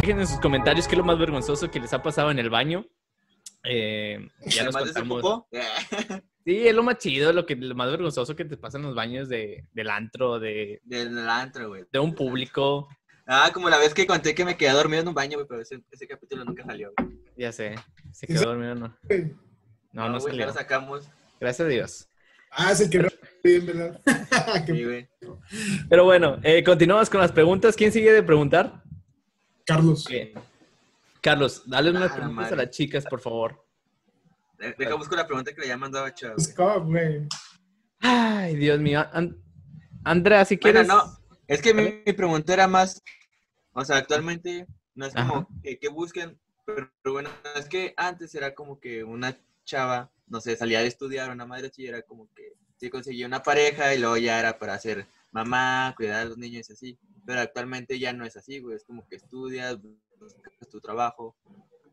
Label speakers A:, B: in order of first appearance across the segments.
A: Dejen en sus comentarios qué es lo más vergonzoso que les ha pasado en el baño. Eh, ya nos
B: Además de ese
A: contamos.
B: popó.
A: Sí, es lo más chido, lo, que, lo más vergonzoso que te pasa en los baños de, del antro, de,
B: Del antro, güey.
A: de un público.
B: Ah, como la vez que conté que me quedé dormido en un baño, güey, pero ese, ese capítulo nunca salió. güey.
A: Ya sé, se
C: ¿Sí?
A: quedó dormido, ¿no?
C: güey.
A: No, no,
B: güey, ya
A: salió.
B: lo sacamos.
A: Gracias a Dios.
C: Ah, se quebró. Bien, ¿verdad? Ah, Qué-
B: Sí, güey.
A: Pero bueno, eh, continuamos con las preguntas. ¿Quién sigue de preguntar?
C: Carlos.
A: Bien. Carlos, dale unas
B: Ah, la
A: preguntas
B: madre.
A: a las chicas, por favor.
B: De- Deja busco la pregunta que le había mandado a Chava.
C: Pues,
B: güey.
C: ¿cómo, güey?
A: Ay, Dios mío. An- Andrea, si
B: Bueno,
A: quieres.
B: no. Es que mi, mi pregunta era más. O sea, actualmente no es como que, que busquen, pero, pero bueno, es que antes era como que una chava, no sé, salía de estudiar, una madre así, era como que se conseguía una pareja y luego ya era para ser mamá, cuidar a los niños y así. Pero actualmente ya no es así, güey. Es como que estudias, buscas tu trabajo,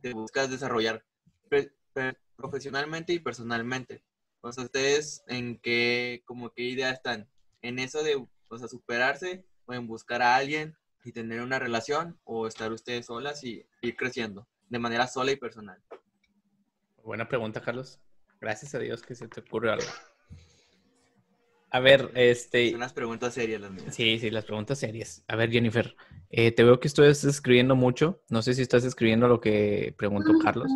B: te buscas desarrollar pre- pre- profesionalmente y personalmente. O sea, ustedes en qué, como qué idea están? ¿En eso de, o sea, superarse o en buscar a alguien y tener una relación o estar ustedes solas y ir creciendo de manera sola y personal?
A: Buena pregunta, Carlos. Gracias a Dios que se te ocurrió algo. A ver, este.
B: Son unas preguntas serias las mías.
A: Sí, sí, las preguntas serias. A ver, Jennifer, eh, te veo que estás escribiendo mucho. No sé si estás escribiendo lo que preguntó
D: Ah.
A: Carlos.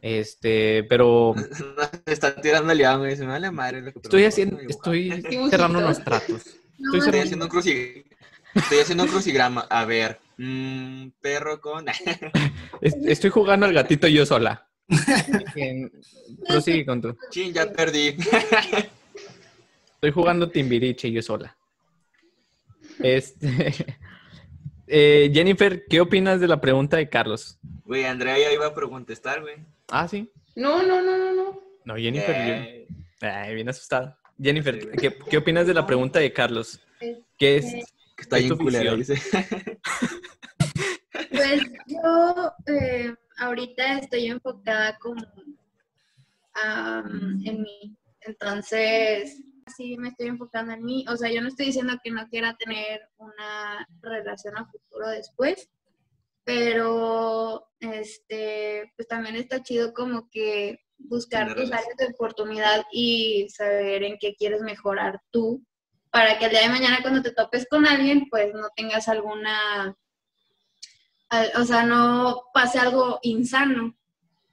A: Este, pero
B: Me está tirando el león, güey. Se me vale madre lo que
A: estoy
B: preguntó,
A: haciendo,
B: déjame dibujar.
A: estoy cerrando unos tratos.
D: No,
A: Estoy
B: Estoy
D: mames.
B: haciendo un cruci- Estoy haciendo un crucigrama. A ver, mm, perro con...
A: Es- Estoy jugando al gatito yo sola. Eh, Prosigue con tu.
B: Chin, ya perdí.
A: Estoy jugando Timbiriche yo sola. Este. eh, Jennifer, ¿qué opinas de la pregunta de Carlos?
B: Güey, Andrea ya iba a contestar, güey.
A: Ah, sí.
D: No, no, no, no, no.
A: No, Jennifer, yo-
B: Eh,
A: Ay, bien asustada. Jennifer,
B: Sí, güey.
A: ¿qué, qué opinas de la pregunta de Carlos?
D: Este,
A: ¿Qué
D: eh,
A: es?
B: que está
A: es
B: bien
A: tu
B: culera,
A: ficción.
B: dice.
D: Pues yo eh, ahorita estoy enfocada como am, en mí. Entonces, sí me estoy enfocando en mí. O sea, yo no estoy diciendo que no quiera tener una relación a futuro después, pero este, pues también está chido como que buscar
B: Tener
D: tus
B: relación.
D: áreas de oportunidad y saber en qué quieres mejorar tú para que el día de mañana cuando te topes con alguien, pues no tengas alguna al- o sea, no pase algo insano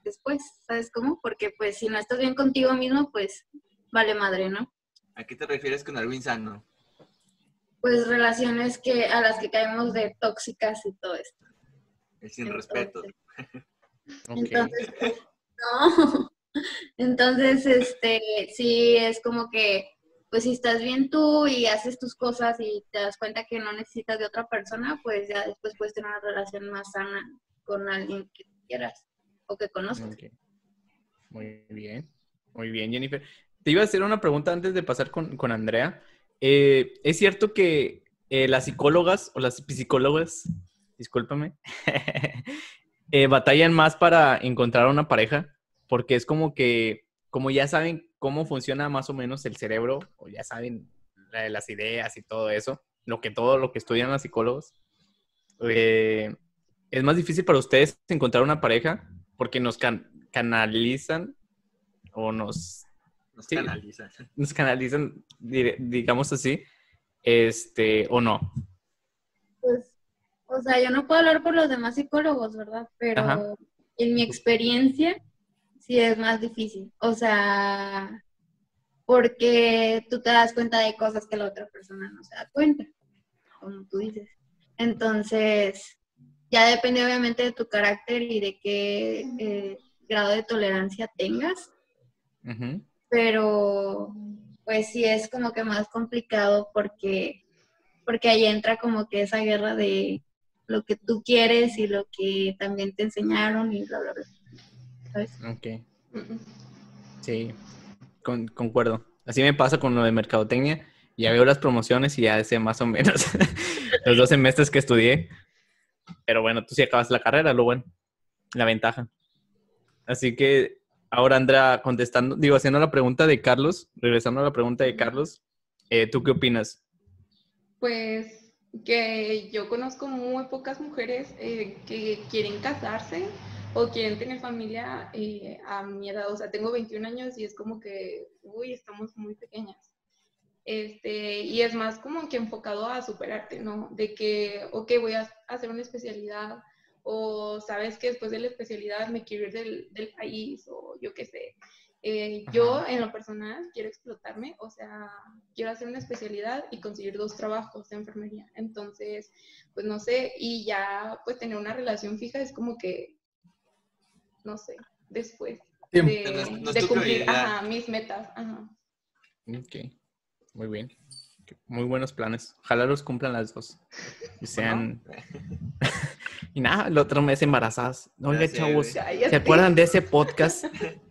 D: después, ¿sabes cómo? Porque pues si no estás bien contigo mismo, pues vale madre, ¿no?
B: ¿A qué te refieres con algo insano?
D: Pues relaciones que a las que caemos de tóxicas y todo esto.
B: El sin respeto.
D: Entonces, pues, no. Entonces, este, sí es como que pues si estás bien tú y haces tus cosas y te das cuenta que no necesitas de otra persona, pues ya después puedes tener una relación más sana con alguien que quieras o que conozcas.
A: Ok. Muy bien. Muy bien, Jennifer. Te iba a hacer una pregunta antes de pasar con, con Andrea. Eh, ¿Es cierto que eh, las psicólogas o las psicólogas, discúlpame, eh, batallan más para encontrar una pareja? Porque es como que, como ya saben cómo funciona más o menos el cerebro, o ya saben la- las ideas y todo eso, lo que todo lo que estudian los psicólogos, eh, es más difícil para ustedes encontrar una pareja porque nos can- canalizan o nos,
B: Nos
A: Sí.
B: canalizan.
A: nos canalizan, dire- digamos así, este, o no.
D: pues, o sea, yo no puedo hablar por los demás psicólogos, ¿verdad? Pero
A: Ajá.
D: en mi experiencia sí es más difícil. O sea, porque tú te das cuenta de cosas que la otra persona no se da cuenta, como tú dices. Entonces, ya depende obviamente de tu carácter y de qué eh, grado de tolerancia tengas
A: Ujú.
D: pero pues sí es como que más complicado porque porque ahí entra como que esa guerra de lo que tú quieres y lo que también te enseñaron y bla bla bla. ¿Sabes?
A: Ok, sí, con- concuerdo. Así me pasa con lo de mercadotecnia. Ya veo las promociones y ya sé más o menos los dos semestres que estudié. Pero bueno, tú sí acabas la carrera, lo bueno, la ventaja. Así que Ahora, Andrea, contestando, digo, haciendo la pregunta de Carlos, regresando a la pregunta de Carlos, eh, ¿tú qué opinas?
E: Pues que yo conozco muy pocas mujeres eh, que quieren casarse o quieren tener familia eh, a mi edad. O sea, tengo 21 años y es como que, uy, estamos muy pequeñas. Este, y es más como que enfocado a superarte, ¿no? De que, ok, voy a hacer una especialidad o sabes que después de la especialidad me quiero ir del, del país o yo qué sé. Eh, yo en lo personal quiero explotarme, o sea, quiero hacer una especialidad y conseguir dos trabajos de enfermería. Entonces, pues no sé, y ya pues tener una relación fija es como que, no sé, después de,
C: Tiempo.
B: No es- no es
E: de
B: tu
E: cumplir
B: prioridad.
E: ajá, mis metas. Ajá.
A: Ok, muy bien. Muy buenos planes. Ojalá los cumplan las dos. Y sean... y nada, el otro mes embarazadas. Oiga,
B: Ya sé,
A: chavos,
B: güey.
E: Ya, ya
A: ¿se
E: sé.
A: acuerdan de ese podcast?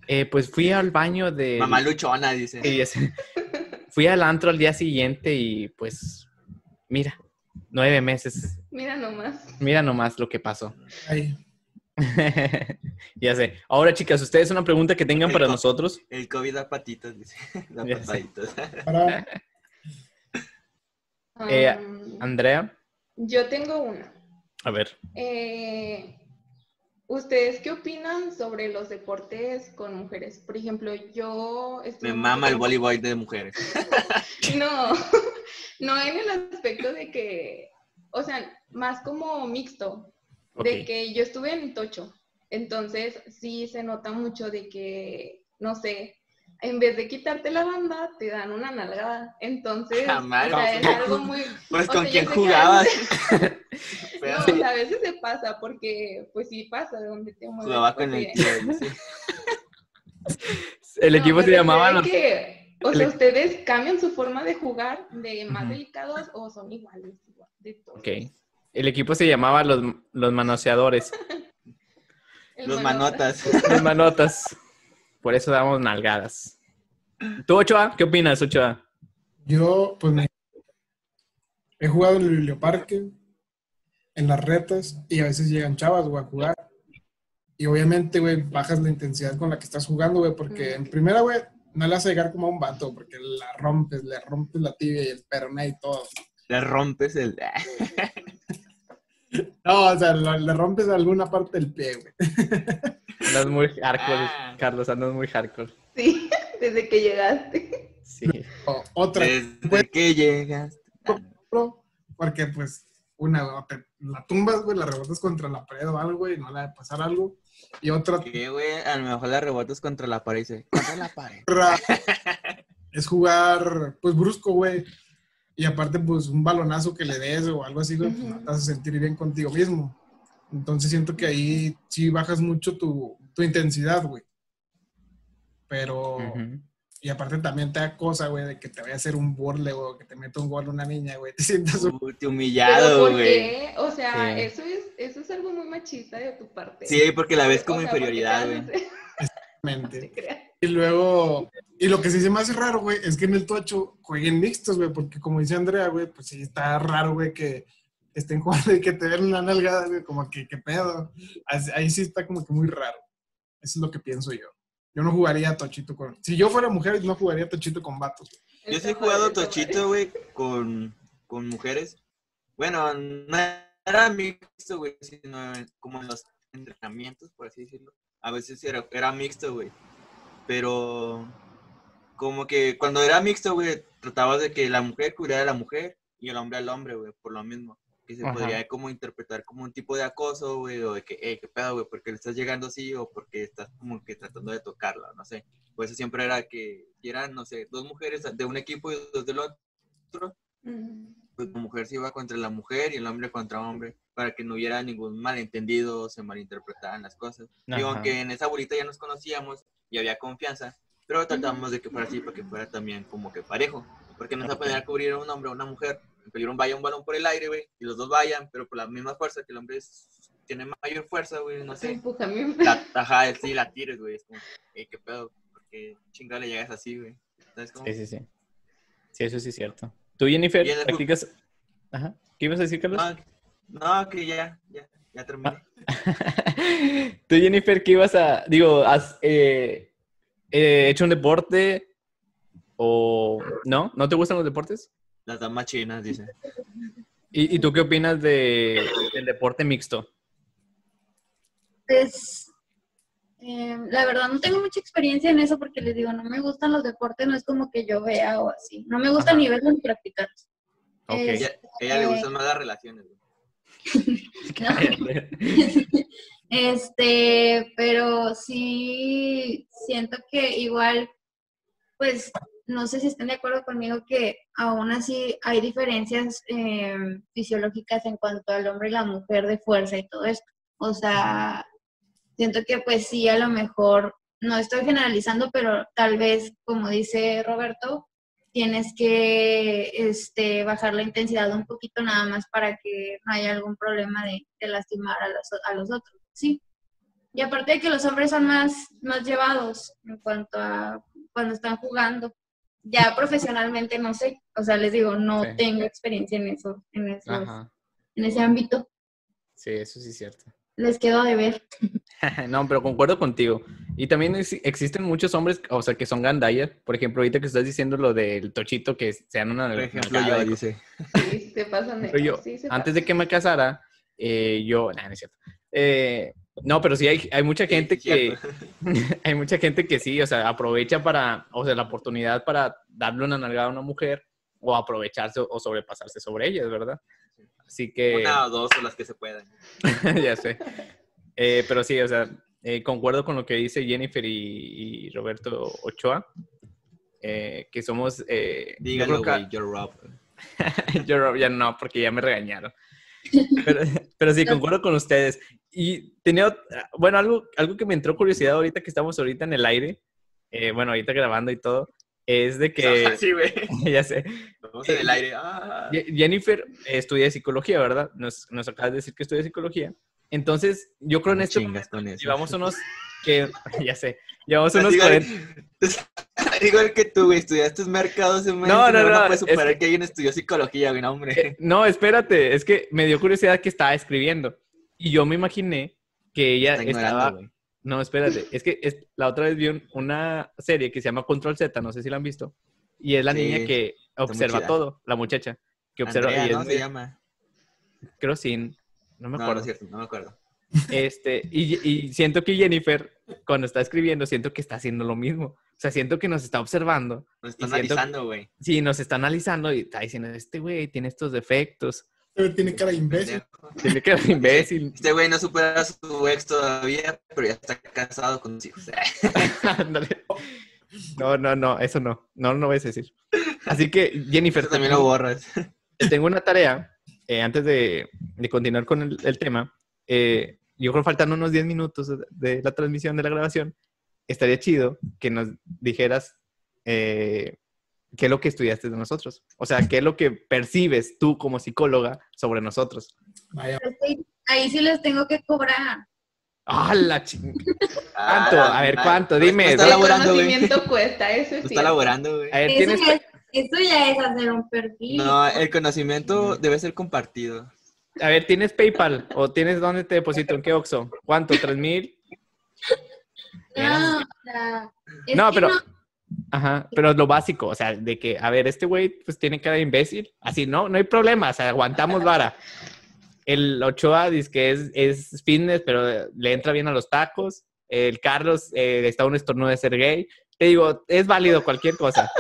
A: Eh, pues fui al baño de...
B: Mamá luchona, dice.
A: Y es- fui al antro al día siguiente y pues, mira, nueve meses.
E: Mira nomás.
A: Mira nomás lo que pasó.
C: Ay,
A: ya sé. Ahora, chicas, ustedes una pregunta que tengan para nosotros.
B: El COVID da patitas, dice. Da
A: Ya sé.
B: pataditas.
C: para
A: Eh,
E: Um,
A: Andrea,
E: yo tengo una.
A: a ver.
E: Eh, ¿Ustedes qué opinan sobre los deportes con mujeres? Por ejemplo, yo... estuve
B: Me
E: mucho
B: mama el
E: tiempo-
B: voleibol de mujeres.
E: No, no en el aspecto de que, o sea, más como mixto,
A: Ok.
E: de que yo estuve en Tocho, entonces sí se nota mucho de que, no sé, en vez de quitarte la banda, te dan una nalgada, entonces,
B: Ah, madre.
E: o sea, es algo muy...
B: Pues
E: O
B: con
E: sea,
B: quién
E: yo sé que a
B: jugabas.
E: No,
B: Pero
E: o sea, a veces se pasa porque, pues sí pasa, de donde te mueves.
B: Jugaba con el
E: porque-
B: tío. dice.
A: El
E: No,
A: equipo
E: me
A: se
E: refiero
A: llamaba...
E: a
A: los-
E: pues que, o
A: el
E: sea,
A: equ-
E: ¿ustedes cambian su forma de jugar de más
A: Ujú.
E: delicados o son iguales? igual, de todos?
A: Ok. El equipo se llamaba los, los manoseadores,
E: El
B: Los
E: manota.
B: manotas.
A: los manotas. Por eso damos nalgadas. ¿Tú, Ochoa? ¿Qué opinas, Ochoa?
C: Yo, pues me- he jugado en el biblioparque, en las retas, y a veces llegan chavas, güey, a jugar. Y obviamente, güey, bajas la intensidad con la que estás jugando, güey, porque en primera, güey, no le vas a llegar como a un vato, porque la rompes, le rompes la tibia y el perna y todo.
B: Le rompes el.
C: No, o sea, lo- le rompes alguna parte del pie, güey.
A: Andas muy hardcore,
B: Ah.
A: Carlos, andas muy hardcore.
E: Sí, desde que llegaste.
A: Sí.
C: O otra,
B: Desde que llegas.
C: bro, porque pues una, güey, o te- la tumbas, güey, la rebotas contra la pared o algo, y no la de pasar algo. Y otra,
B: Que, Ah, güey, a lo mejor la rebotas contra la pared y dice, contra la pared.
C: ra- es jugar, pues brusco, güey. Y aparte, pues un balonazo que le des o algo así, güey, pues, no te hace sentir bien contigo mismo. Entonces siento que ahí sí bajas mucho tu, tu intensidad, güey. Pero,
A: Ujú.
C: y aparte también te da cosa, güey, de que te vaya a hacer un burle o que te meta un gol una niña, güey. Te sientas un...
B: Uy, te
E: Pero
B: humillado,
E: ¿por
B: güey.
E: qué? O sea,
A: Sí.
E: eso es, eso es algo muy machista de tu parte.
B: Sí, porque la ves como
E: O sea,
B: inferioridad,
E: porque
B: güey.
E: te haces-
C: mente.
E: te creas.
C: Y luego, y lo que sí se me hace raro, güey, es que en el tocho jueguen mixtos, güey, porque como dice Andrea, güey, pues sí está raro, güey, que estén jugando y que te den una nalgada, güey, como que, qué pedo. Así- Ahí sí está como que muy raro. Eso es lo que pienso yo. Yo no jugaría tochito con... Si yo fuera mujer, no jugaría tochito con vatos.
B: Yo sí he
E: Está
B: jugado
E: padre, está
B: tochito, güey, con, con mujeres. Bueno, no era mixto, güey, sino como en los entrenamientos, por así decirlo. A veces era, era mixto, güey. Pero como que cuando era mixto, güey, tratabas de que la mujer cuidara a la mujer y el hombre al hombre, güey, por lo mismo. Que se
A: Ajá.
B: podría como interpretar como un tipo de acoso, güey, o de que, hey, qué pedo, güey, porque le estás llegando así o porque estás como que tratando de tocarla, no sé. Pues eso siempre era que si eran, no sé, dos mujeres de un equipo y dos del otro,
E: padre. Mm.
B: pues la mujer se iba contra la mujer y el hombre contra hombre, para que no hubiera ningún malentendido, se malinterpretaran las cosas. Digo,
A: Ajá.
B: aunque en esa bolita ya nos conocíamos y había confianza, pero tratábamos de que fuera así, para que fuera también como que parejo, porque no se
A: Ok.
B: podía cubrir a un hombre o a una mujer, que un vaya un balón por el aire, güey, y los dos vayan, pero por la misma fuerza que el hombre es- tiene mayor fuerza, güey, no sé
E: Empujamiento.
B: la tajada sí la tires, güey. Es como, "Ey, qué pedo, porque chingada le llegas así, güey. ¿Sabes cómo?
A: Sí, sí, sí. Sí, eso sí es cierto. ¿Tú, Jennifer,
B: Y en el Ah. fut-
A: practicas? Ajá. ¿Qué ibas a decir, Carlos?
B: No, no, que ya, ya,
A: Ah.
B: ya terminé.
A: Tú, Jennifer, ¿qué ibas a...? Digo, has, eh, eh, hecho un deporte o... ¿No? ¿No te gustan los deportes?
B: Las damas chinas, dice.
A: ¿Y, y tú qué opinas de, del deporte mixto?
D: Pues, eh, la verdad no tengo mucha experiencia en eso porque les digo, no me gustan los deportes, no es como que yo vea o así. No me gusta
A: Ajá.
D: ni verlos ni practicarlos.
A: Ok.
D: Eh,
B: Ella, ella le gustan más las relaciones. güey.
D: Este, pero sí siento que igual, pues, no sé si están de acuerdo conmigo que aún así hay diferencias eh, fisiológicas en cuanto al hombre y la mujer de fuerza y todo esto. O sea, siento que pues sí, a lo mejor, no estoy generalizando, pero tal vez, como dice Roberto, tienes que este, bajar la intensidad un poquito nada más para que no haya algún problema de, de lastimar a los, a los otros, ¿sí? Y aparte de que los hombres son más, más llevados en cuanto a cuando están jugando. Ya profesionalmente no sé, o sea, les digo, no
A: Sí.
D: tengo experiencia en eso, en, esos-
A: Ajá.
D: en ese ámbito.
A: Sí, eso sí es cierto.
D: Les quedo de ver.
A: No, pero concuerdo contigo. Y también ex- existen muchos hombres, o sea, que son gandallas. Por ejemplo, ahorita que estás diciendo lo del tochito, que sean una...
B: Por ejemplo,
A: una-
B: yo dice.
E: Sí, se pasan de...
A: Pero yo,
E: sí, se
A: antes
E: pasan.
A: de que me casara, eh, yo, nah, no es cierto. Eh, no, pero sí hay, hay mucha gente que, hay mucha gente que sí, o sea, aprovecha para, o sea, la oportunidad para darle una nalgada a una mujer o aprovecharse o sobrepasarse sobre ellas, ¿verdad? Así que,
B: Una o dos o las que se puedan.
A: ya sé. Eh, pero sí, o sea, eh, concuerdo con lo que dice Jennifer y, y Roberto Ochoa, eh, que somos, eh, yo
B: Dígalo,
A: creo que-
B: güey, you're up.
A: yo ya no, porque ya me regañaron. Pero, pero sí,
D: No.
A: concuerdo con ustedes. Y tenía, ot- bueno, algo, algo que me entró curiosidad ahorita que estamos ahorita en el aire, eh, bueno, ahorita grabando y todo, es de que,
B: Sí, güey.
A: ya sé,
B: Vamos en el aire. Ah.
A: Ye- Jennifer eh, estudia psicología, ¿verdad? Nos, nos acabas de decir que estudia psicología. Entonces, yo creo en este
B: Chingas con eso.
A: llevamos unos, que, ya sé, llevamos
B: Estás
A: unos
B: igual,
A: 40,
B: estás igual que tú, güey. Estudiaste mercados en
A: No, no, no, es
B: puedes superar
A: que-
B: que... alguien estudió psicología, güey. No,
A: Eh,
B: hombre.
A: No, espérate, es que me dio curiosidad que estaba escribiendo. Y yo me imaginé que ella
B: Está ignorando,
A: estaba,
B: güey.
A: No, espérate. Es que es- la otra vez vi un- una serie que se llama Control Z, no sé si la han visto. Y es la
B: Sí,
A: niña que observa
B: chida.
A: todo, la muchacha. Que observa.
B: Andrea,
A: y es
B: ¿no?
A: muy-
B: Se llama.
A: creo sin. No me
B: No,
A: acuerdo.
B: no es cierto, no me acuerdo.
A: este, y, y siento que Jennifer, cuando está escribiendo, siento que está haciendo lo mismo. O sea, siento que nos está observando.
B: Nos está
A: Y siento-
B: analizando, güey.
A: Sí, nos está analizando y está diciendo, este güey tiene estos defectos.
C: Tiene cara de imbécil.
B: Pendejo.
A: Tiene que ser imbécil.
B: Este güey no supera a su ex todavía, pero ya está casado con sus hijos.
A: Ándale. No, no, no, eso no. No, no voy a decir. Así que, Jennifer,
B: Eso también lo borras.
A: te tengo una tarea, eh, antes de, de continuar con el, el tema, eh, yo creo faltan unos 10 minutos de la transmisión de la grabación, estaría chido que nos dijeras eh, qué es lo que estudiaste de nosotros, o sea, qué es lo que percibes tú como psicóloga sobre nosotros.
C: Vaya,
D: Pero sí, Ahí sí les tengo que cobrar.
A: ¡Ah, la ching- ¿Cuánto? A ver, ¿cuánto? Dime,
B: Ah, Está
A: ¿dónde-
E: El
B: laborando, güey.
E: conocimiento cuesta, eso es
B: Lo está
E: cierto.
B: laborando, güey.
A: A ver,
D: Eso
A: Eh, tienes...
D: ya, es, eso ya es hacer un perfil.
B: No, el conocimiento debe ser compartido.
A: A ver, ¿tienes PayPal? ¿O tienes dónde te deposito? ¿En qué Oxxo? ¿Cuánto? ¿Tres mil?
D: No, o sea, es
A: No,
D: que
A: pero... Ajá, pero lo básico, o sea, de que, a ver, este güey, pues tiene cara de imbécil. Así, no, no hay problema, o sea, aguantamos vara. El Ochoa dice que es, es fitness, pero le entra bien a los tacos. El Carlos eh, está un estornudo de ser gay. Te digo, es válido cualquier cosa.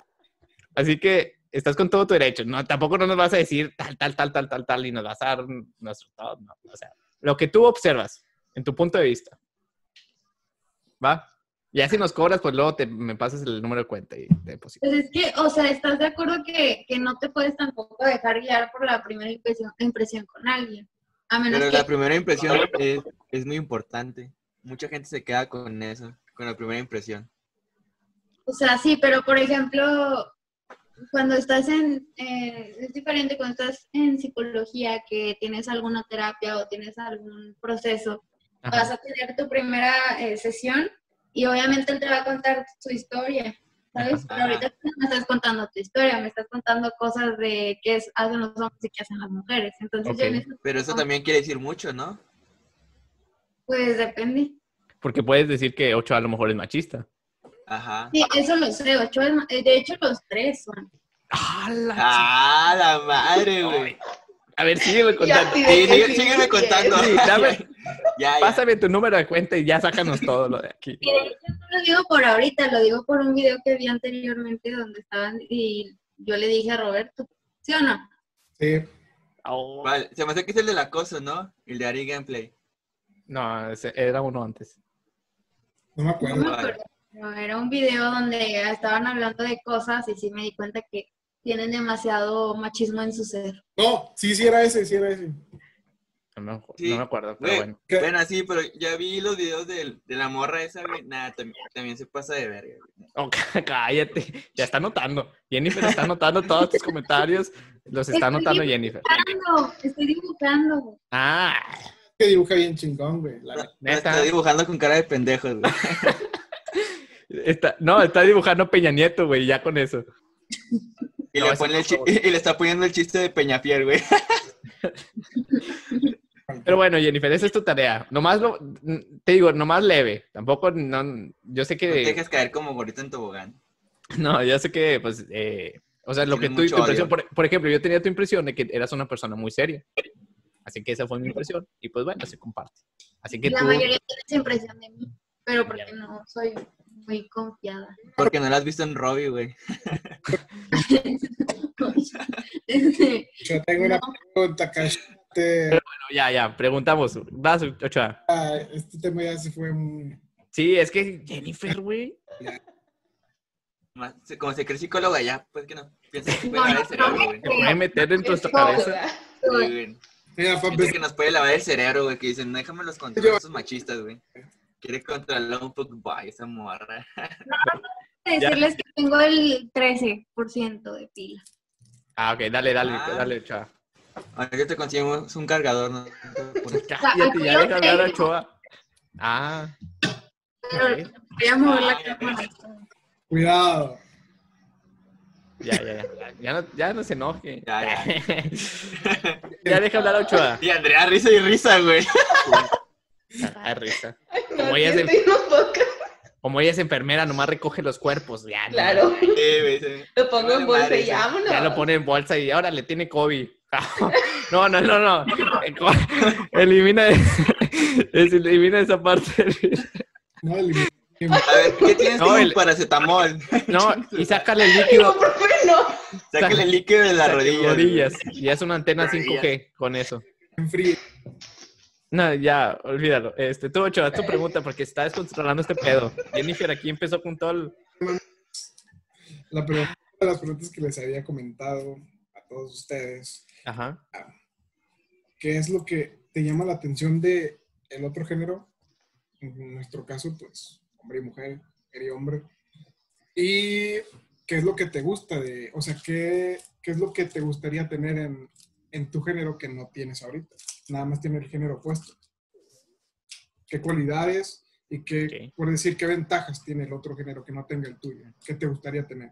A: Así que estás con todo tu derecho. No, tampoco no nos vas a decir tal, tal, tal, tal, tal, tal, y nos vas a dar nuestro todo. no. O sea, lo que tú observas, en tu punto de vista. ¿Va? Ya si nos cobras, pues luego te, me pasas el número de cuenta y te deposito.
D: Pues es que, o sea, ¿estás de acuerdo que, que no te puedes tampoco dejar guiar por la primera impresión, impresión con alguien? A menos
B: Pero
D: que...
B: la primera impresión es, es muy importante. Mucha gente se queda con eso, con la primera impresión.
D: O sea, sí, pero por ejemplo, cuando estás en, en- es diferente cuando estás en psicología, que tienes alguna terapia o tienes algún proceso,
A: Ajá.
D: vas a tener tu primera eh, sesión y obviamente él te va a contar su historia, ¿sabes? Pero
B: Ajá.
D: ahorita tú no me estás contando tu historia, me estás contando cosas de qué es- hacen los hombres y qué hacen las mujeres. Entonces, yo en
A: Ok.
D: eso,
B: Pero eso también quiere decir mucho, ¿no?
D: pues depende.
A: Porque puedes decir que 8 a lo mejor es machista.
B: Ajá.
D: Sí, eso lo sé, ocho es más- eh, de hecho los tres son.
A: ¡Ah, la
B: ¡Ah, la madre,
A: chi-
B: güey!
A: A ver, sígueme contando.
E: así de
B: Sí,
E: que
B: sigue-
E: sí,
B: sígueme
E: sí,
B: contando.
A: Sí, dame-
B: Ya, ya.
A: pásame tu número de cuenta y ya sácanos todo lo de aquí.
D: Y de hecho no lo digo por ahorita, lo digo por un video que vi anteriormente donde estaban y yo le dije a Roberto, ¿sí o no?
C: Sí.
A: Oh,
B: Vale, se me hace que es el del acoso, ¿no? El de Ari Gameplay.
A: No, ese era uno antes.
C: No me
D: No
C: acuerdo.
D: me acuerdo, pero era un video donde estaban hablando de cosas y sí me di cuenta que tienen demasiado machismo en su ser.
C: No, sí, sí era ese, sí era ese.
A: No me, acu-
B: Sí,
A: no me acuerdo, pero
B: güey.
A: bueno.
C: ¿Qué?
B: Bueno, sí, pero ya vi los videos del- de la morra esa, güey. Nada, también, también se pasa de verga. güey.
A: Oh, cállate, ya está anotando. Jennifer está anotando todos tus comentarios. Los está anotando Jennifer.
D: Dibujando, estoy dibujando. güey.
A: Ah,
C: Que dibuja bien chingón, güey. la neta.
B: Me
A: Neta.
B: está dibujando con cara de pendejos, güey.
A: está- no, está dibujando Peña Nieto, güey, ya con eso.
B: Y,
A: No,
B: le
A: ese
B: pone el
A: por
B: chi-
A: favor.
B: y le está poniendo el chiste de Peñafiel, güey.
A: Pero bueno, Jennifer, esa es tu tarea. Nomás lo, te digo, nomás leve. Tampoco, no, yo sé
B: No te
A: que,
B: dejes caer como gorrito en tobogán.
A: no, yo sé que, pues, eh, o sea, lo que tú,
B: Tienes
A: tu
B: mucho
A: impresión,
B: odio.
A: por, por ejemplo, yo tenía tu impresión de que eras una persona muy seria. Así que esa fue mi impresión. Y pues bueno, se comparte. Así que
D: La
A: tú,
D: mayoría tiene esa impresión de mí, pero porque
A: Ya.
D: no soy muy confiada.
B: Porque no lo has visto en Robbie, güey.
D: Este,
C: Yo tengo una pregunta, Cash. Este,
A: bueno, ya, ya, preguntamos. Vas, Ochoa.
C: ah, este tema ya se fue muy...
A: Sí, es que Jennifer, güey.
B: Más- se- Como se cree psicóloga, ya, pues que no. Piensa que
D: No,
B: puede lavar el
D: no,
B: cerebro,
D: no.
B: güey.
A: Te puede meter dentro de tu cabeza.
B: Sí, güey.
C: Mira, para
B: Piensa
C: empezar,
B: que nos puede lavar el cerebro, güey. Que dicen, déjame los controles esos machistas, güey. Quiere controlar un poco, bye, esa morra.
D: Déjenme
A: Ya.
D: decirles que tengo el 13% de pila.
A: Ah, ok, dale, dale,
B: Ah.
A: dale, Ochoa.
B: Ahorita te conseguimos un cargador, ¿no?
A: Cállate, ya deja hablar a Ochoa. Ah.
D: Pero
A: ok.
D: voy a mover la
B: Ah, ya
D: cámara.
C: cuidado.
A: Ya, ya, ya. Ya no, ya no se enoje.
B: Ya,
A: Ya deja hablar a Ochoa.
B: Y Andrea, risa y risa, güey.
A: Ah, risa.
E: Ay, no,
A: Como
E: sí,
A: ella es de-
E: estoy en los podcasts.
A: Como ella es enfermera, nomás recoge los cuerpos. Ya, no.
E: Claro,
B: Sí, güey. sí.
E: lo pongo
B: Vale
E: en bolsa
B: madre,
E: y
B: sí.
E: vámonos.
A: Ya lo pone en bolsa y ahora le tiene COVID. No, no, no, no. Elimina, elimina esa parte.
C: No, El-
B: A ver, ¿qué tienes
A: No,
B: tú?
A: el-
B: Paracetamol.
A: No, y sácale el
E: Ay, no,
A: líquido.
E: profe, no.
B: Sácale el líquido de las
A: Saque
B: rodillas.
A: rodillas.
B: güey.
A: Y es una antena
B: Rodillas.
A: 5G con eso.
C: en frío.
A: No, ya, olvídalo. Este, tú, Ochoa, tu pregunta, porque está descontrolando este pedo. Jennifer aquí empezó con todo el...
C: La pregunta de las preguntas que les había comentado a todos ustedes,
A: Ajá.
C: ¿qué es lo que te llama la atención de el otro género? En nuestro caso, pues, hombre y mujer, mujer y hombre. ¿Y qué es lo que te gusta de, o sea, qué, qué es lo que te gustaría tener en, en tu género que no tienes ahorita? Nada más tiene el género opuesto. ¿Qué cualidades y qué,
A: Ok.
C: por decir, qué ventajas tiene el otro género que no tenga el tuyo? ¿Qué te gustaría tener?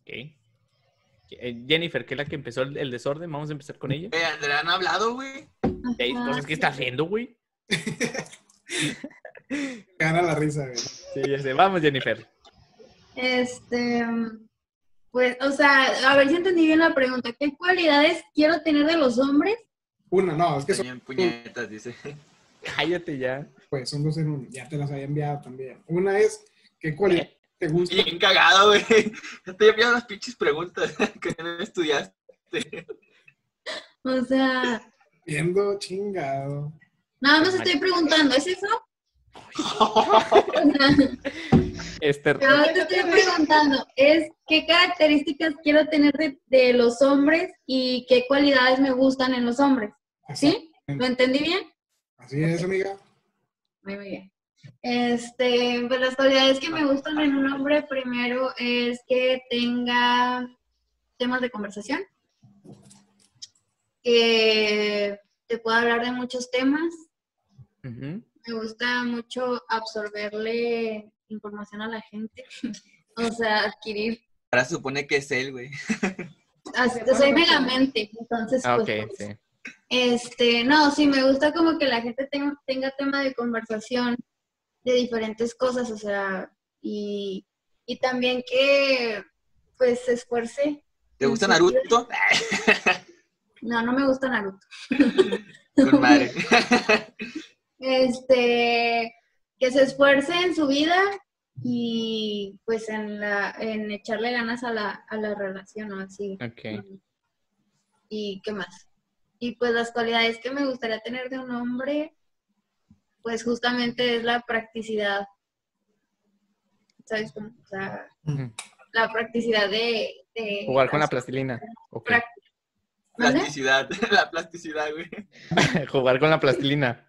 A: ok. Eh, Jennifer, que es la que empezó el, el desorden, vamos a empezar con ella.
B: Eh, Andrea, ¿no ha hablado, güey?
A: Ey,
D: Ajá.
A: Entonces, ¿qué estás viendo, güey?
C: Gana la risa, güey.
A: Sí, ya sé. Vamos, Jennifer.
D: Este, pues, o sea, a ver si entendí bien la pregunta. ¿Qué cualidades quiero tener de los hombres?
C: Una, no, es que son,
B: También puñetas, dice.
A: Cállate ya.
C: pues, son dos en uno. Ya te las había enviado también. Una es, ¿qué cualidad te gusta?
B: Bien cagado, güey. Ya te enviado las pinches preguntas que no estudiaste.
D: O sea,
C: Viendo chingado.
D: nada más estoy preguntando, ¿es eso?
A: Este,
D: Yo te estoy preguntando, es qué características quiero tener de, de los hombres y qué cualidades me gustan en los hombres. ¿Sí? ¿Lo
C: Exactamente.
D: entendí bien?
C: Así es, amiga.
D: Muy bien. Este, pues las cualidades que me gustan en un hombre primero es que tenga temas de conversación, que te pueda hablar de muchos temas.
A: ujú.
D: Me gusta mucho absorberle información a la gente, o sea, adquirir.
B: Ahora se supone que es él, güey.
D: as- Soy megamente, entonces
A: Ah,
D: pues,
A: ok, sí.
D: Este, no, sí, me gusta como que la gente tenga, tenga tema de conversación de diferentes cosas, o sea, y, y también que pues se esfuerce.
B: ¿Te
D: en
B: gusta
D: su vida.
B: Naruto?
D: No, no me gusta Naruto.
B: Con madre.
D: Este, que se esfuerce en su vida y pues en, la, en echarle ganas a la, a la relación o así.
A: Ok.
D: ¿Y qué más? Y pues las cualidades que me gustaría tener de un hombre, pues justamente es la practicidad. ¿Sabes? cómo? O sea,
A: Ujú.
D: la practicidad de... de
A: Jugar con la plastilina. Ok.
D: Prac- ¿Mande?
B: Plasticidad, la plasticidad, güey.
A: Jugar con la plastilina.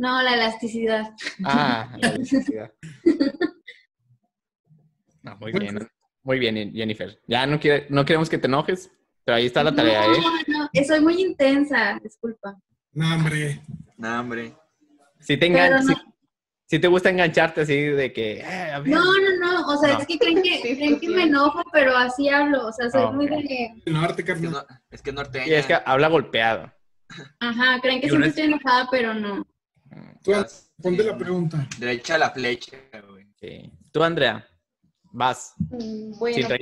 D: No, la elasticidad.
A: Ah, la electricidad. No, muy bien. Muy bien, Jennifer. Ya no, quiere, no queremos que te enojes, pero ahí está la tarea, ¿eh?
D: No, no, soy muy intensa, disculpa.
C: No, hombre.
B: No, hombre.
A: Si te,
D: Pero
A: engan-
D: no.
A: si- si te gusta engancharte así de que... "Eh, a ver".
D: No, no, no, o sea,
A: No.
D: es que creen que,
E: Sí, pues
D: creen que
E: sí.
D: me enojo, pero así hablo, o sea, soy
A: Ah,
D: muy
A: ok.
D: de...
C: El norte,
B: Es que,
C: carnal.
B: no, es que norteña.
A: Y es que habla golpeado.
D: Ajá, creen que
A: Yo no
D: siempre
A: es-
D: estoy enojada, pero no.
C: Tú
B: Ah, sí.
C: ponte la pregunta.
B: Derecha a la flecha, güey.
A: Sí. Tú, Andrea, vas.
E: Mm, Bueno,
A: reírte.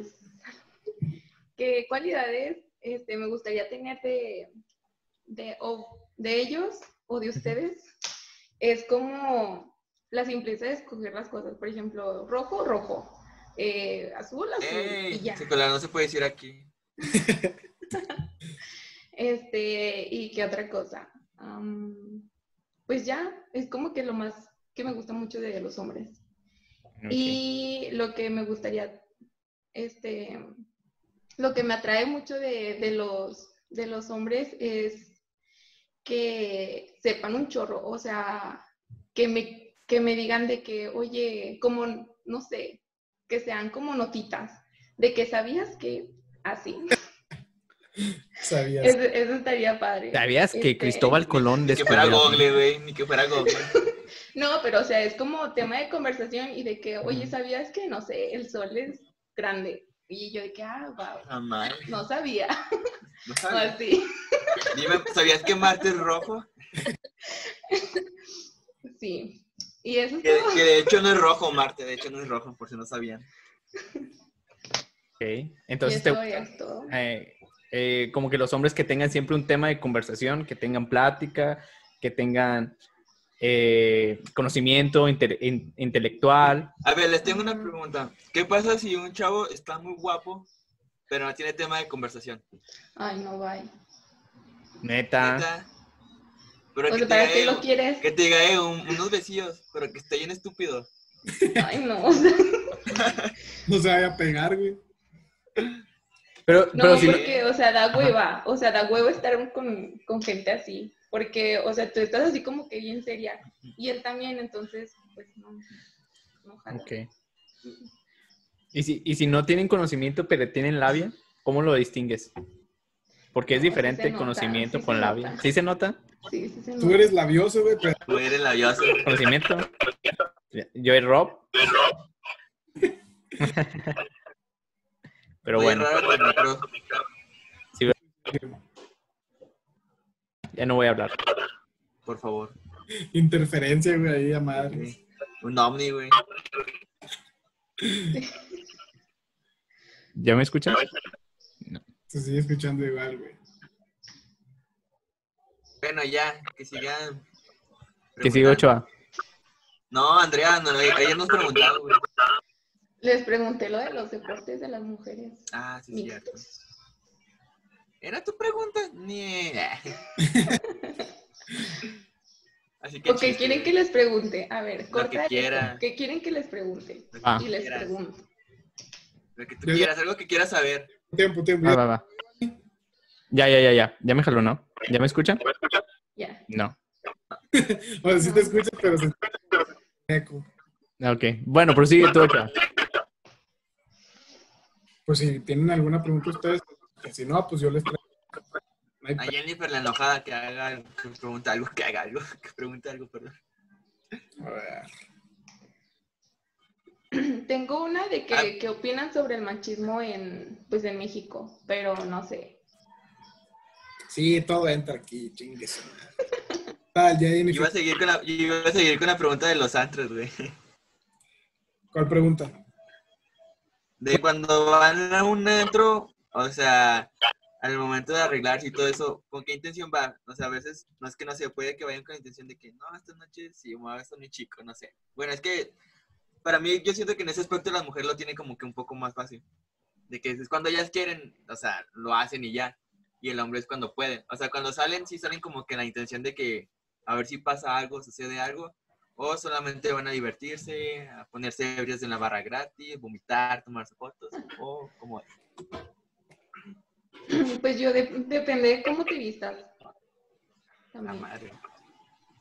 E: pues, ¿qué cualidades este, me gustaría tener de, de, o de ellos o de ustedes? Es como la simpleza de escoger las cosas. Por ejemplo, rojo, rojo. Eh, azul, azul. y
B: Ey,
E: ya.
B: Nicolás, no se puede decir aquí.
E: Este, ¿y qué otra cosa? Am, pues ya, es como que lo más que me gusta mucho de los hombres. Y lo que me gustaría, este, lo que me atrae mucho de, de los, de los hombres es que sepan un chorro, o sea, que me, que me digan de que, oye, como, no sé, que sean como notitas, de que sabías que así.
C: Sabías.
E: Eso, eso estaría padre.
A: ¿Sabías que
E: Este,
A: Cristóbal Colón
B: Ni que fuera
A: descubrió-
B: Google, güey. Ni que fuera Google.
E: No, pero o sea, es como tema de conversación y de que, oye, ¿sabías que, no sé, el sol es grande? Y yo de que, ah, wow,
B: Jamás.
E: no sabía.
B: No
E: o
B: sabía.
E: así.
B: Dime, ¿sabías que Marte es rojo?
E: Sí. Y eso es
B: Que,
E: todo.
B: que de hecho no es rojo, Marte. De hecho no es rojo, por si no sabían.
A: Ok. Entonces,
E: y
A: te,
E: eso es todo.
A: eh, eh, como que los hombres que tengan siempre un tema de conversación, que tengan plática, que tengan eh, conocimiento inte- in- intelectual.
B: A ver, les tengo una pregunta. ¿Qué pasa si un chavo está muy guapo, pero no tiene tema de conversación?
E: Ay, no, bye.
A: Neta.
B: Neta. Pero
E: O
B: que
E: sea,
B: te,
E: ¿para
B: diga,
E: qué
B: eh,
E: lo quieres?
B: que te diga eh, un- unos besillos, pero que esté bien estúpido.
E: Ay, no. o sea,
C: No se vaya a pegar, güey.
A: Pero,
E: no,
A: pero si no-
E: porque, o sea, da hueva. O sea, da hueva estar con, con gente así. Porque, o sea, tú estás así como que bien seria. Y él también, entonces, pues no. no jala.
A: Ok. ¿Y si, y si no tienen conocimiento, pero tienen labia, ¿cómo lo distingues? Porque es
E: No, sí
A: diferente
E: se
A: el
E: nota,
A: conocimiento
E: sí
A: con
E: se
A: labia.
E: nota.
A: ¿Sí se nota?
E: Sí, sí, se
C: Tú
E: nota.
C: eres labioso, güey, pero
B: Tú eres labioso.
A: Conocimiento. Yo es Rob. Pero
B: Muy
A: bueno,
B: raro, pero-
A: ya no voy a hablar.
B: por favor.
C: interferencia, güey, ahí a madre.
B: Sí. Un ovni, güey.
A: ¿Ya me escuchan?
C: Se sigue escuchando igual, güey.
B: Bueno, ya, que sigan.
A: Que sigue
B: preguntando.
A: 8A.
B: No, Andrea, no, ella nos preguntaba, güey.
E: Les pregunté lo de los deportes de las mujeres.
B: Ah, sí, es cierto.
E: mixtos.
B: ¿Era tu pregunta? Ni. Así que.
E: Ok, quieren que les pregunte. A ver, corta.
B: que
E: esto.
B: quiera.
E: ¿Qué quieren que les pregunte?
A: Ah.
E: Y les
B: Quieras.
E: pregunto.
B: Lo que tú quieras, algo que quieras saber.
C: Tiempo, tiempo.
A: Ah,
B: Ah.
A: Va, va, va. Ya, ya, ya, ya. Ya me jaló, ¿no? ¿Ya me escuchan?
E: Ya.
A: No.
C: O sea, sí te escuchas, pero se eco.
A: Ah, Ok. Bueno, prosigue tú, 8A.
C: Pues si tienen alguna pregunta ustedes, que si no, pues yo les traigo. No hay
B: A
C: pe-
B: Jennifer la enojada que haga algo, que pregunte algo, que haga algo, que pregunte algo, perdón.
C: A ver.
E: Tengo una de que,
B: Ah.
E: ¿qué opinan sobre el machismo en, pues, en México, pero no sé.
C: Sí, todo entra aquí, chingues. Tal, ya
B: Yo iba
C: Jennifer.
B: a seguir con la, yo iba a seguir con la pregunta de los antros, güey.
C: ¿Cuál pregunta?
B: De cuando van a un antro, o sea, al momento de arreglarse y todo eso, ¿con qué intención va? O sea, a veces no es que no se puede que vayan con la intención de que no, esta noche sí, me va a gastar mi chico, no sé. Bueno, es que para mí yo siento que en ese aspecto la mujer lo tiene como que un poco más fácil. De que es cuando ellas quieren, o sea, lo hacen y ya. Y el hombre es cuando pueden. O sea, cuando salen, sí salen como que la intención de que a ver si pasa algo, sucede algo. O solamente van a divertirse, a ponerse ebrios en la barra gratis, vomitar, tomarse fotos, o como...
E: Pues yo de- depende de cómo te vistas.
B: La
E: También.
B: madre.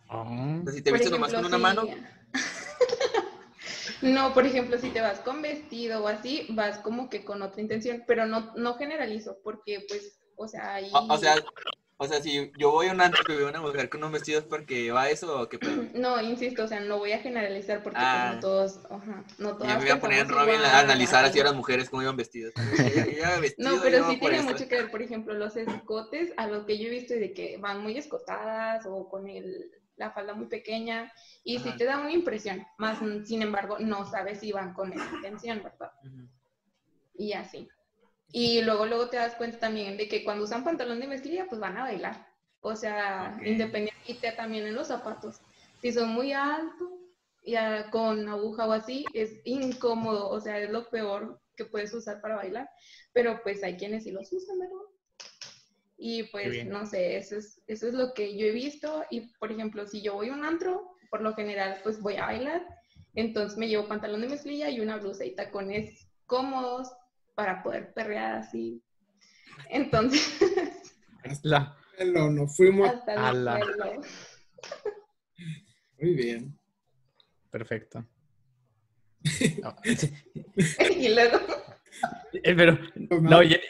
A: Ah,
B: O sea, si te
E: Por
B: viste nomás con
E: ejemplo,
B: una
E: si-
B: mano,
E: No, por ejemplo, si te vas con vestido o así, vas como que con otra intención, pero no, no generalizo, porque pues, o sea, ahí...
B: o, o sea, o sea, si yo voy a un antro y veo a una mujer con unos vestidos porque va a eso o qué pedo.
E: No, insisto, o sea, no voy a generalizar porque
B: Ah.
E: como todos, ajá, no
B: Ya
E: todas
B: me voy a poner en
E: pensamos
B: Robin
E: igual,
B: a analizar así
E: así.
B: a las mujeres cómo iban vestidas. Ella- ella iba vestida,
E: No,
B: yo
E: pero
B: iba
E: sí
B: por
E: tiene
B: esto.
E: mucho que ver, por ejemplo, los escotes, a lo que yo he visto y de que van muy escotadas o con el- la falda muy pequeña, y sí
B: Ajá.
E: te da una impresión, más mm, sin embargo, no sabes si van con esa intención, ¿verdad?
B: Ujú.
E: Y así. Y luego, luego te das cuenta también de que cuando usan pantalón de mezclilla, pues van a bailar. O sea,
B: Ok.
E: independientemente también en los zapatos. Si son muy altos, ya con aguja o así, es incómodo. O sea, es lo peor que puedes usar para bailar. Pero pues hay quienes sí los usan, ¿verdad? Y pues,
A: bien.
E: no sé, eso es, eso es lo que yo he visto. Y por ejemplo, si yo voy a un antro, por lo general, pues voy a bailar. Entonces me llevo pantalón de mezclilla y una blusa y tacones cómodos para poder perrear así. Entonces,
A: la-
C: No, no fuimos.
E: hasta
A: A la-
E: luego.
C: Muy bien.
A: Perfecto. No,
E: Y luego,
A: eh, pero,
C: Pues
A: no, Jen-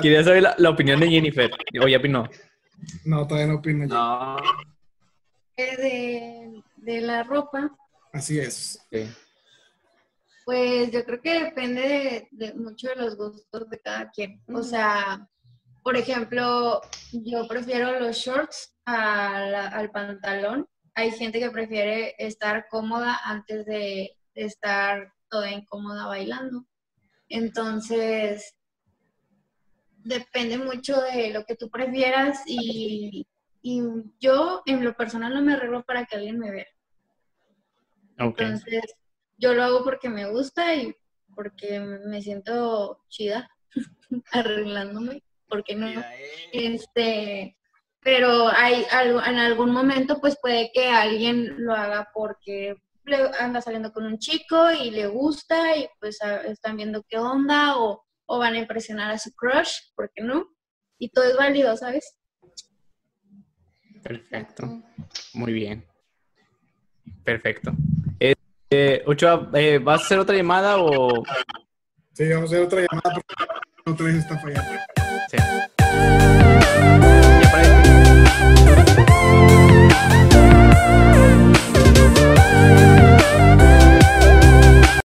A: quería saber la, la opinión de Jennifer. O ya opinó.
C: No, todavía no opino yo.
B: No,
D: Eh, De, de la ropa,
C: Así es.
A: Sí.
D: pues yo creo que depende de, de mucho de los gustos de cada quien. O
E: Ujú.
D: sea, por ejemplo, yo prefiero los shorts a la- al pantalón. Hay gente que prefiere estar cómoda antes de estar toda incómoda bailando. Entonces, depende mucho de lo que tú prefieras y, y yo en lo personal no me arreglo para que alguien me vea.
A: Ok.
D: Entonces, yo lo hago porque me gusta y porque me siento chida arreglándome, porque no.
B: mira, eh.
D: Este, pero hay algo, en algún momento pues puede que alguien lo haga porque le- anda saliendo con un chico y le gusta y pues a- están viendo qué onda o, o van a impresionar a su crush, ¿por qué no? Y todo es válido, ¿sabes?
A: Perfecto. Muy bien. Perfecto. Eh, eh, Ochoa, eh, ¿vas a hacer otra llamada o...?
C: Sí, vamos a hacer otra llamada porque otra vez está fallando.
A: Sí.